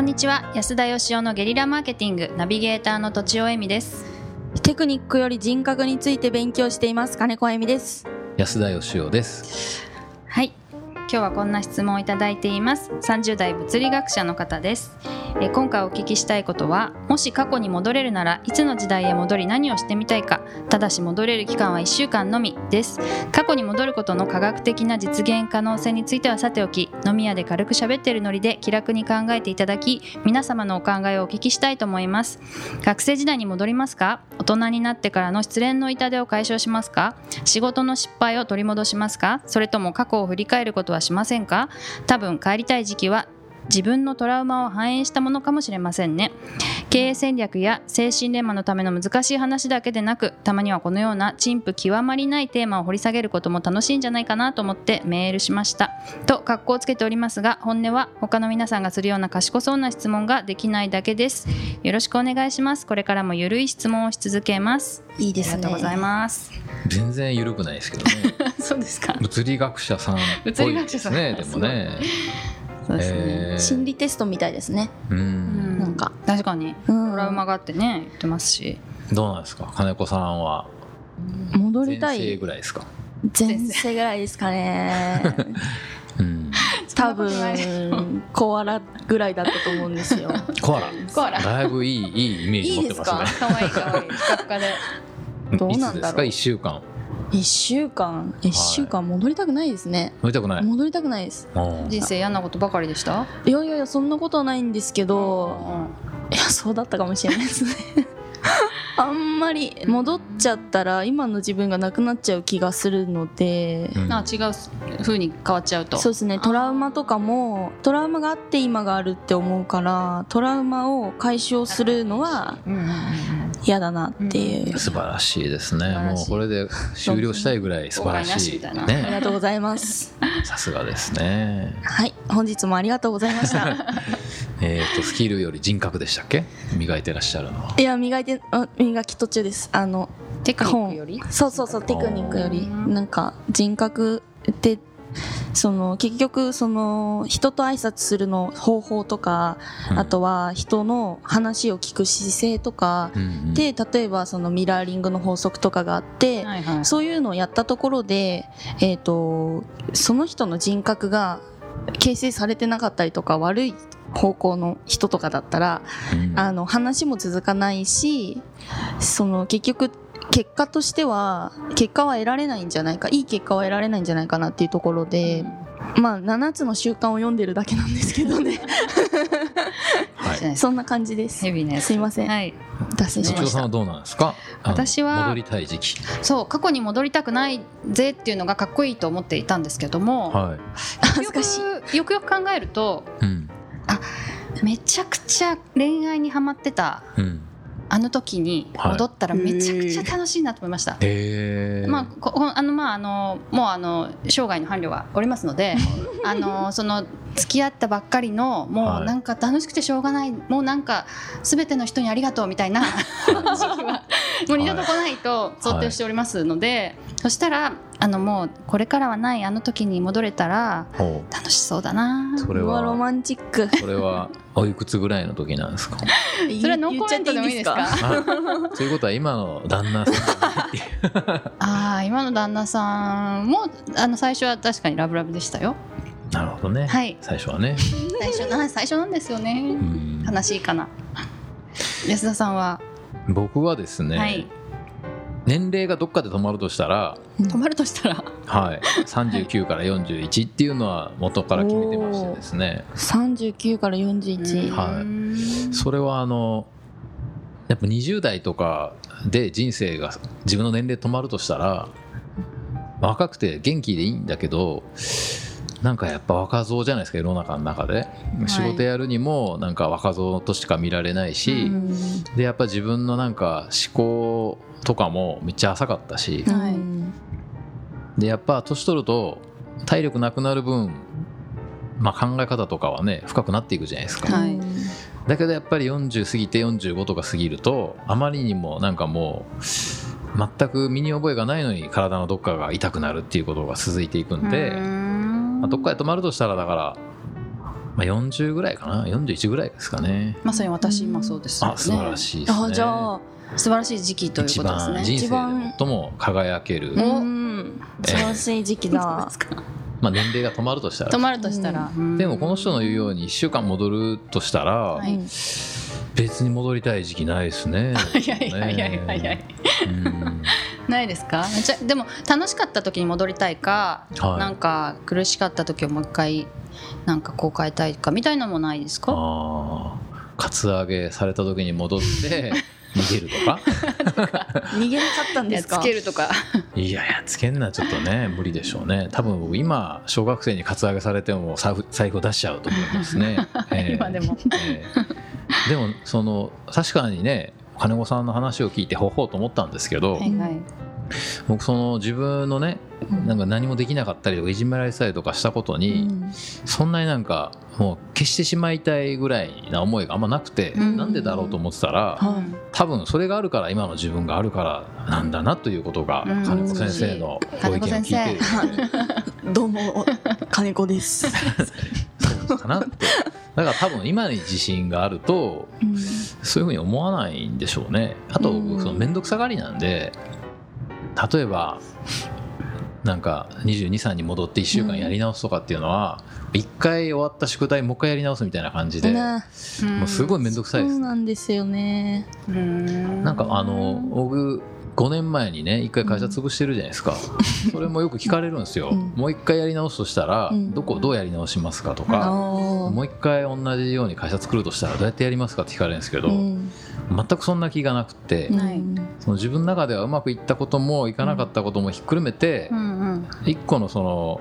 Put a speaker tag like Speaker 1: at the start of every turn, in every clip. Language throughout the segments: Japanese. Speaker 1: んにちは安田義雄のゲリラマーケティングナビゲーターの土尾恵美です
Speaker 2: テクニックより人格について勉強しています金子恵美です
Speaker 3: 安田義雄です。
Speaker 1: はい今日はこんな質問をいただいています30代物理学者の方ですえー今回お聞きしたいことはもし過去に戻れるならいつの時代へ戻り何をしてみたいかただし戻れる期間は1週間のみです過去に戻ることの科学的な実現可能性についてはさておき飲み屋で軽く喋ってるノリで気楽に考えていただき皆様のお考えをお聞きしたいと思います学生時代に戻りますか大人になってからの失恋の痛手を解消しますか仕事の失敗を取り戻しますかそれとも過去を振り返ることはしませんか多分帰りたい時期は自分のトラウマを反映したものかもしれませんね経営戦略や精神連磨のための難しい話だけでなくたまにはこのような陳腐極まりないテーマを掘り下げることも楽しいんじゃないかなと思ってメールしましたと格好をつけておりますが本音は他の皆さんがするような賢そうな質問ができないだけですよろしくお願いしますこれからもゆるい質問をし続けます
Speaker 2: いいで
Speaker 1: ありがとうございます
Speaker 3: 全然緩くないですけどね。
Speaker 1: そうですか
Speaker 3: 物理学者さんっぽいですね。
Speaker 1: 物理学者さん
Speaker 3: でもね。
Speaker 1: そうですね、
Speaker 3: えー
Speaker 2: 心理テストみたいですね
Speaker 3: う
Speaker 1: うん
Speaker 3: ん。
Speaker 2: なんか
Speaker 1: 確かに
Speaker 2: ト
Speaker 1: トラウマがあってね言ってますし
Speaker 3: どうなんですか、金子さんは。
Speaker 2: 戻り
Speaker 3: 前
Speaker 2: た
Speaker 3: 世
Speaker 2: い
Speaker 3: ぐらいですか。
Speaker 2: 前世ぐらいですかね
Speaker 3: うん。
Speaker 2: 多
Speaker 1: そんなことない
Speaker 2: 分コアラぐらいだったと思うんですよ
Speaker 3: コアラ。
Speaker 1: コアラ
Speaker 3: だいぶいい、いいイメージ持ってますね。
Speaker 1: かわいいかわいいふかふかで
Speaker 2: どう
Speaker 3: い
Speaker 2: なんだろう
Speaker 3: つですか、一週間。
Speaker 2: 一週間一週間戻りたくないですね、
Speaker 3: 乗りたくない。
Speaker 2: 戻りたくないです
Speaker 3: うん
Speaker 1: 人生嫌なことばかりでした
Speaker 2: いやいやいやそんなことはないんですけど、いやそうだったかもしれないですね あんまり戻っちゃったら今の自分がなくなっちゃう気がするので、
Speaker 3: うん
Speaker 1: な違う風に変わっちゃうと
Speaker 2: そうですねトラウマとかもトラウマがあって今があるって思うからトラウマを解消するのは
Speaker 1: うんうんうん
Speaker 2: 嫌だなっていう、
Speaker 3: 素晴らしいですね。
Speaker 1: 素晴らしい
Speaker 3: もうこれで終了したいぐらい素晴らしい。
Speaker 1: 後悔なしみた
Speaker 2: あり
Speaker 3: ね。
Speaker 2: がとうございます
Speaker 3: さすがですね。
Speaker 2: はい本日もありがとうございました
Speaker 3: えっと、スキルより人格でしたっけ。磨いてらっしゃるのは。
Speaker 2: いや磨いてあ磨き途中ですあの
Speaker 1: テクニックより
Speaker 2: そうそうそうテクニックより
Speaker 1: うん
Speaker 2: なんか人格ってその結局その人と挨拶するの方法とか、
Speaker 3: うん
Speaker 2: あ。とは人の話を聞く姿勢とか、
Speaker 3: うんうん。
Speaker 2: で例えばそのミラーリングの法則とかがあって、
Speaker 1: はいはい
Speaker 2: そういうのをやったところで、えー、とその人の人格が形成されてなかったりとか悪い方向の人とかだったら
Speaker 3: うん
Speaker 2: あの話も続かないしその結局結果としては結果は得られないんじゃないかいい結果は得られないんじゃないかなっていうところで、まあ7つの習慣を読んでるだけなんですけどね
Speaker 3: はい。
Speaker 2: そんな感じです
Speaker 1: ヘビーなやつ
Speaker 2: すいません
Speaker 1: はい
Speaker 2: 脱線し
Speaker 3: 土
Speaker 2: ま
Speaker 3: 尾
Speaker 2: し
Speaker 3: さん
Speaker 2: た
Speaker 3: はどうなんですかあの
Speaker 1: 私は
Speaker 3: 戻りたい時期
Speaker 1: そう過去に戻りたくないぜっていうのがかっこいいと思っていたんですけども
Speaker 3: は
Speaker 2: 恥ずかしい
Speaker 1: よくよくよく考えると
Speaker 3: いうん
Speaker 1: めちゃくちゃ恋愛にはまってた
Speaker 3: うん
Speaker 1: あの時に戻ったらめちゃくちゃ楽しいなと思いました。
Speaker 3: へえ
Speaker 1: まあ、ここあのまああのもうあの生涯の伴侶がおりますの であのその付き合ったばっかりのも
Speaker 3: は
Speaker 1: う
Speaker 3: い
Speaker 1: なんか楽しくてしょうがない、もうなんか全ての人にありがとうみたい な時期はもう二度と来ないと想定しておりますので、そしたらあのもうこれからはないあの時に戻れたら
Speaker 3: ほ
Speaker 1: 楽しそうだな
Speaker 3: うそれ
Speaker 2: うわロ
Speaker 3: は
Speaker 2: マンチック
Speaker 3: それはおいくつぐらいの時なんで すか
Speaker 1: それはノーコメントでもいいですか
Speaker 2: 言っちゃって
Speaker 3: あということは今の旦那さん
Speaker 1: ああ今の旦那さんもあの最初は確かにラブラブでしたよ
Speaker 3: なるほどね
Speaker 1: はい
Speaker 3: 最初はね
Speaker 1: 最初な最初なんですよね
Speaker 3: うん
Speaker 1: 悲しいかな安田さんは、
Speaker 3: 僕はです
Speaker 1: はい
Speaker 3: ね年齢がどっかで止まるとしたら
Speaker 2: いいんです
Speaker 1: 止
Speaker 2: か
Speaker 1: まるとしたら
Speaker 3: はい39から41っていうのは元から決めてましてですね
Speaker 2: 39から41、
Speaker 3: んはい
Speaker 1: い
Speaker 3: それはあのやっぱ20代とかで人生が自分の年齢止まるとしたら若くて元気でいいんだけどなんかやっぱ若造じゃないですか世の中の中で
Speaker 1: い
Speaker 3: 仕事やるにもなんか若造としか見られないし、
Speaker 1: うん
Speaker 3: でやっぱ自分のなんか思考とかもめっちゃ浅かったし
Speaker 2: うん
Speaker 1: はい
Speaker 3: でやっぱ年取ると体力なくなる分、まあ、考え方とかはね深くなっていくじゃないですか。
Speaker 1: はい
Speaker 3: だけどやっぱり40過ぎて45とか過ぎるとあまりにもなんかもう全く身に覚えがないのに体のどっかが痛くなるっていうことが続いていくんで、まあどっかで止まるとしたらだからまあ、40ぐらいかな41ぐらいですかね
Speaker 1: まさに私今そうですよね
Speaker 3: あ素晴らしいですね
Speaker 2: あじゃあ
Speaker 1: 素晴らしい時期という
Speaker 3: 一
Speaker 1: ことです
Speaker 3: 番
Speaker 1: ね
Speaker 3: 人生
Speaker 2: 一番
Speaker 3: で最も輝ける、
Speaker 1: お
Speaker 2: うん素晴らしい時期だ、
Speaker 3: まあ、年齢が止まるとした
Speaker 1: 止
Speaker 3: ら
Speaker 1: まるとしたら、
Speaker 3: でもこの人の言うように1週間戻るとしたら、
Speaker 1: はいう
Speaker 2: うん
Speaker 3: 別に戻りたい時期ないです ね。
Speaker 1: いやいやいやいやいや
Speaker 3: うん
Speaker 1: ないですかめっちゃでも楽しかった時に戻りたいか、
Speaker 3: はい
Speaker 1: なんか苦しかった時をもう一回なんかこう変えたいかみたいのもないですか
Speaker 3: ああ、カツアゲされた時に 戻って逃げるとか。
Speaker 2: 逃げなかったんですか
Speaker 1: いやつけるとか
Speaker 3: いやいやつけんなちょっとね無理でしょうね。多分僕今小学生にカツアゲされても財布財布出しちゃうと思いますね。
Speaker 1: 今でも、
Speaker 3: ええでもその確かにね。金子さんの話を聞いてほほうと思ったんですけど、
Speaker 1: はいはい
Speaker 3: 僕その自分のね
Speaker 2: うん
Speaker 3: なんか何もできなかったりとかいじめられたりとかしたこと
Speaker 2: う
Speaker 3: に、
Speaker 2: ん
Speaker 3: そんなになんかもう消してしまいたいぐらいな思いがあんまなくて、
Speaker 1: うん
Speaker 3: なんでだろうと思ってたら
Speaker 2: は
Speaker 3: 多分それがあるから今の自分があるからなんだなということが
Speaker 1: うん
Speaker 3: 金子先生のご意見を聞い
Speaker 1: 金
Speaker 3: て
Speaker 1: 子
Speaker 2: どうも金子です、
Speaker 3: そうかなってだから多分今に自信があると
Speaker 2: うん
Speaker 3: そういうふうに思わないんでしょうねあと
Speaker 2: うん
Speaker 3: 僕その面倒くさがりなんで例えばなんか22歳に戻って1週間やり直すとかっていうのは1回終わった宿題もう一回やり直すみたいな感じでも
Speaker 2: ね
Speaker 3: うすごい面倒くさいです
Speaker 2: そうなんですよね
Speaker 1: うん
Speaker 3: なんかあの僕5年前にね一回会社潰してるじゃないですか、それもよく聞かれるんですよ、
Speaker 2: うん
Speaker 3: もう一回やり直すとしたら、
Speaker 2: うん
Speaker 3: どこどうやり直しますかと
Speaker 2: あ
Speaker 3: か、
Speaker 2: ー
Speaker 3: もう一回同じように会社作るとしたらどうやってやりますかって聞かれるんですけど、
Speaker 2: うん
Speaker 3: 全くそんな気がなくて、
Speaker 2: うん
Speaker 1: はい
Speaker 3: その自分の中ではうまくいったこともいかなかったこともひっくるめて
Speaker 1: う、んうん
Speaker 3: 一個のその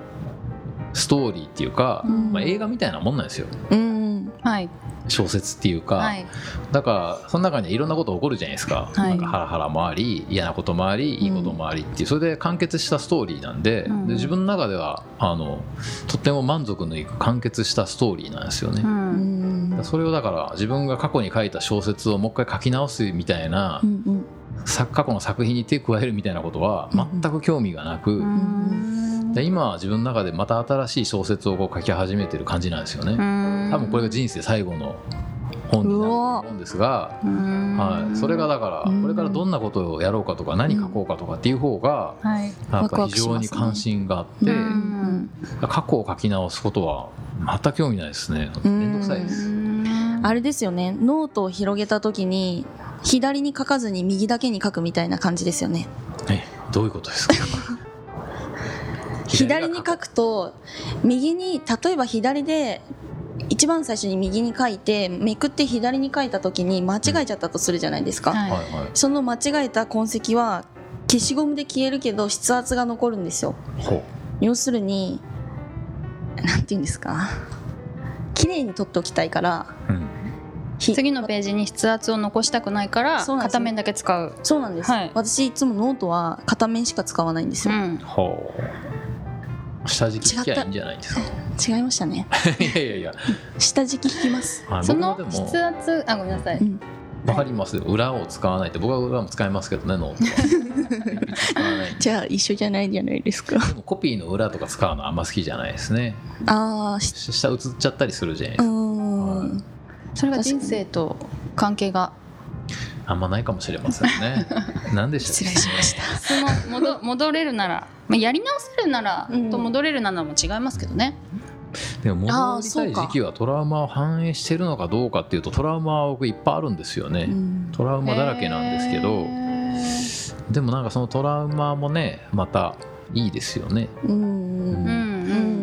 Speaker 3: ストーリーっていうか、
Speaker 2: うん
Speaker 3: まあ、映画みたいなもんなんですよ
Speaker 2: うん
Speaker 1: はい
Speaker 3: 小説っていうか、
Speaker 1: はい
Speaker 3: だからその中にはいろんなこと起こるじゃないですか,、
Speaker 1: はい
Speaker 3: なんかハラハラもあり嫌なこともありいいこともありっていうそれで完結したストーリーなんで,、
Speaker 1: うん
Speaker 3: で自分の中ではあのとっても満足のいく完結したストーリーなんですよね。
Speaker 1: う
Speaker 2: うんん
Speaker 3: それをだから自分が過去に書いた小説をもう一回書き直すみたいな、
Speaker 2: うんうん
Speaker 3: さ過去の作品に手加えるみたいなことは全く興味がなく、
Speaker 1: うん
Speaker 3: で今は自分の中でまた新しい小説をこう書き始めてる感じなんですよね。多分これが人生最後の本になると思うんですが、
Speaker 1: うん
Speaker 3: はい、それがだか
Speaker 2: う
Speaker 3: ら
Speaker 2: ん
Speaker 3: これからどんなことをやろうかとか何書こうかとかっていう方が
Speaker 1: はい
Speaker 3: なん
Speaker 2: ワク
Speaker 3: か
Speaker 2: ワ
Speaker 3: 非
Speaker 2: クし
Speaker 3: 常
Speaker 2: ますね
Speaker 3: に関心があって
Speaker 1: うん
Speaker 3: 過去を書き直すことはまた興味ないですね
Speaker 2: うん
Speaker 3: 面倒くさいです
Speaker 2: あれですよねノートを広げた時に左に書かずに右だけに書くみたいな感じですよね
Speaker 3: えどういうことですか
Speaker 2: 左に書
Speaker 3: く
Speaker 2: くと右に例えば左で一番最初に右に書いてめくって左に書いた時に間違えちゃったとするじゃないですか、
Speaker 1: は
Speaker 3: はい
Speaker 1: い
Speaker 3: は
Speaker 2: その間違えた痕跡は消しゴムで消えるけど筆圧が残るんですよ
Speaker 3: いほ
Speaker 2: 要するになんて言うんですか綺麗に取っておきたいから
Speaker 3: う、うん、
Speaker 2: ひ
Speaker 1: 次のページに筆圧を残したくないから
Speaker 2: そうなんです
Speaker 1: 片面だけ使う
Speaker 2: そうなんです、
Speaker 1: はい
Speaker 2: 私いつもノートは片面しか使わないんですよ、
Speaker 1: ん
Speaker 3: ほう下敷き引きゃいいんじゃないですか
Speaker 2: 違いましたね
Speaker 3: いやいやいや、
Speaker 2: 下敷き引き ます
Speaker 3: はい、
Speaker 1: そ
Speaker 3: 僕
Speaker 1: の
Speaker 3: もでも
Speaker 1: 筆圧あごめんなさい、
Speaker 2: うん
Speaker 3: わかりますよ裏を使わないって僕は裏も使いますけどねノート は鉛筆使わないんで
Speaker 2: じゃあ一緒じゃないじゃないですか
Speaker 3: でもコピーの裏とか使うのあんま好きじゃないですね
Speaker 2: ああし
Speaker 3: し下映っちゃったりするじゃないで
Speaker 2: う
Speaker 3: すか、
Speaker 2: ーん
Speaker 1: それが人生と関係が
Speaker 3: あんまないかもしれません ね何でしたっけ
Speaker 2: 失礼しました
Speaker 1: その 戻戻れるなら、まあ、やり直せるなら
Speaker 2: うん
Speaker 1: と戻れるならも違いますけどね、
Speaker 3: でも
Speaker 2: あ
Speaker 3: 戻
Speaker 2: ー
Speaker 3: り
Speaker 2: そ
Speaker 3: た
Speaker 2: う
Speaker 3: い
Speaker 2: か
Speaker 3: 時期はトラウマを反映してるのかどうかっていうとトラウマは僕いっぱいあるんですよね、
Speaker 2: うん
Speaker 3: トラウマだらけなんですけどでもなんかそのトラウマもねまたいいですよね、
Speaker 2: うん
Speaker 1: うんうん
Speaker 2: う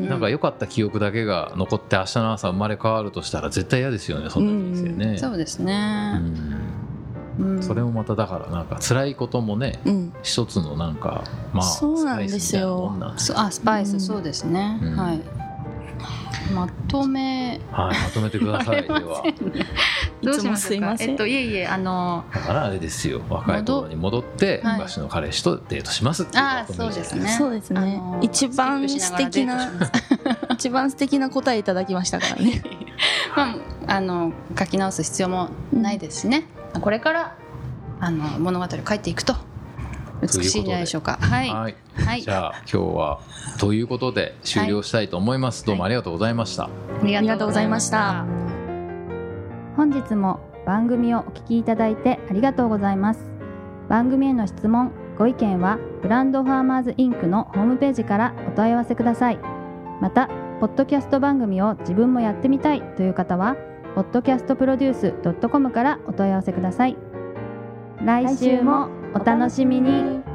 Speaker 2: ん
Speaker 3: なんか良かった記憶だけが残って明日の朝生まれ変わるとしたら絶対嫌ですよねそんな人生ね、
Speaker 1: そうです
Speaker 3: う
Speaker 1: ね、
Speaker 3: ん
Speaker 1: うん
Speaker 3: それもまただからなんか辛いこともね
Speaker 2: うん
Speaker 3: 一つのなんかまあ
Speaker 2: そうなんですよ
Speaker 3: スパイスみたいなもんなんです
Speaker 1: そうあスパイス、
Speaker 2: うん
Speaker 1: そうですね、
Speaker 3: うん
Speaker 1: はいまとめ
Speaker 3: はい、まとめてくだ さい。で
Speaker 1: わかり
Speaker 3: は
Speaker 1: ま、せんねどうしましょうか
Speaker 2: いつもすいません
Speaker 1: えっといえいえあ の
Speaker 3: だからあれですよ、若い頃に戻って、
Speaker 1: はい
Speaker 3: 昔の彼氏とデートしますっていう
Speaker 1: あー
Speaker 3: まとめじゃな
Speaker 1: そう
Speaker 3: い
Speaker 1: ですね
Speaker 2: そうです
Speaker 1: あ
Speaker 2: ね
Speaker 1: のー
Speaker 2: 一番素敵
Speaker 1: スキ
Speaker 2: な
Speaker 1: ップしがらデートします
Speaker 2: 一番素敵な答えいただきましたからね
Speaker 1: まああの書き直す必要もないですしねこれからあの物語を書いていくと
Speaker 4: 美しいんじゃないでしょうかはい
Speaker 3: はい、
Speaker 4: はい
Speaker 3: じゃあ今日はということで終了したいと思います、どうもありがとうございました、
Speaker 4: ありがとうございました本日も番組をお聞きいただいてありがとうございます番組への質問ご意見はブランドファーマーズインクのホームページからお問い合わせくださいまたポッドキャスト番組を自分もやってみたいという方は podcastproduce.com からお問い合わせください来週もお楽しみに